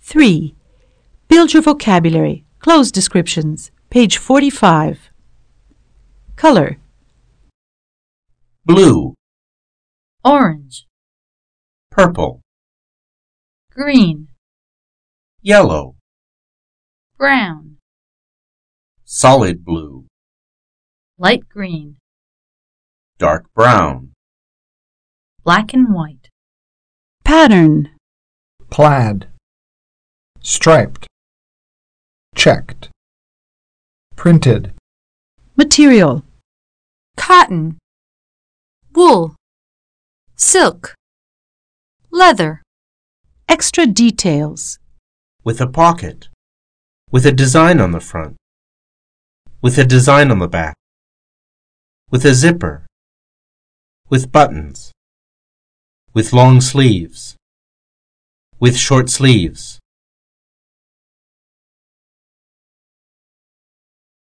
3. Build your vocabulary. Close descriptions. Page 45. Color blue, orange, purple, green, yellow, brown, solid blue, light green, dark brown, black and white, Pattern plaid, striped, checked, printed, Material cotton, wool, silk, leather, Extra details with a pocket, with a design on the front, with a design on the back, with a zipper, with buttons, with long sleeves, with short sleeves,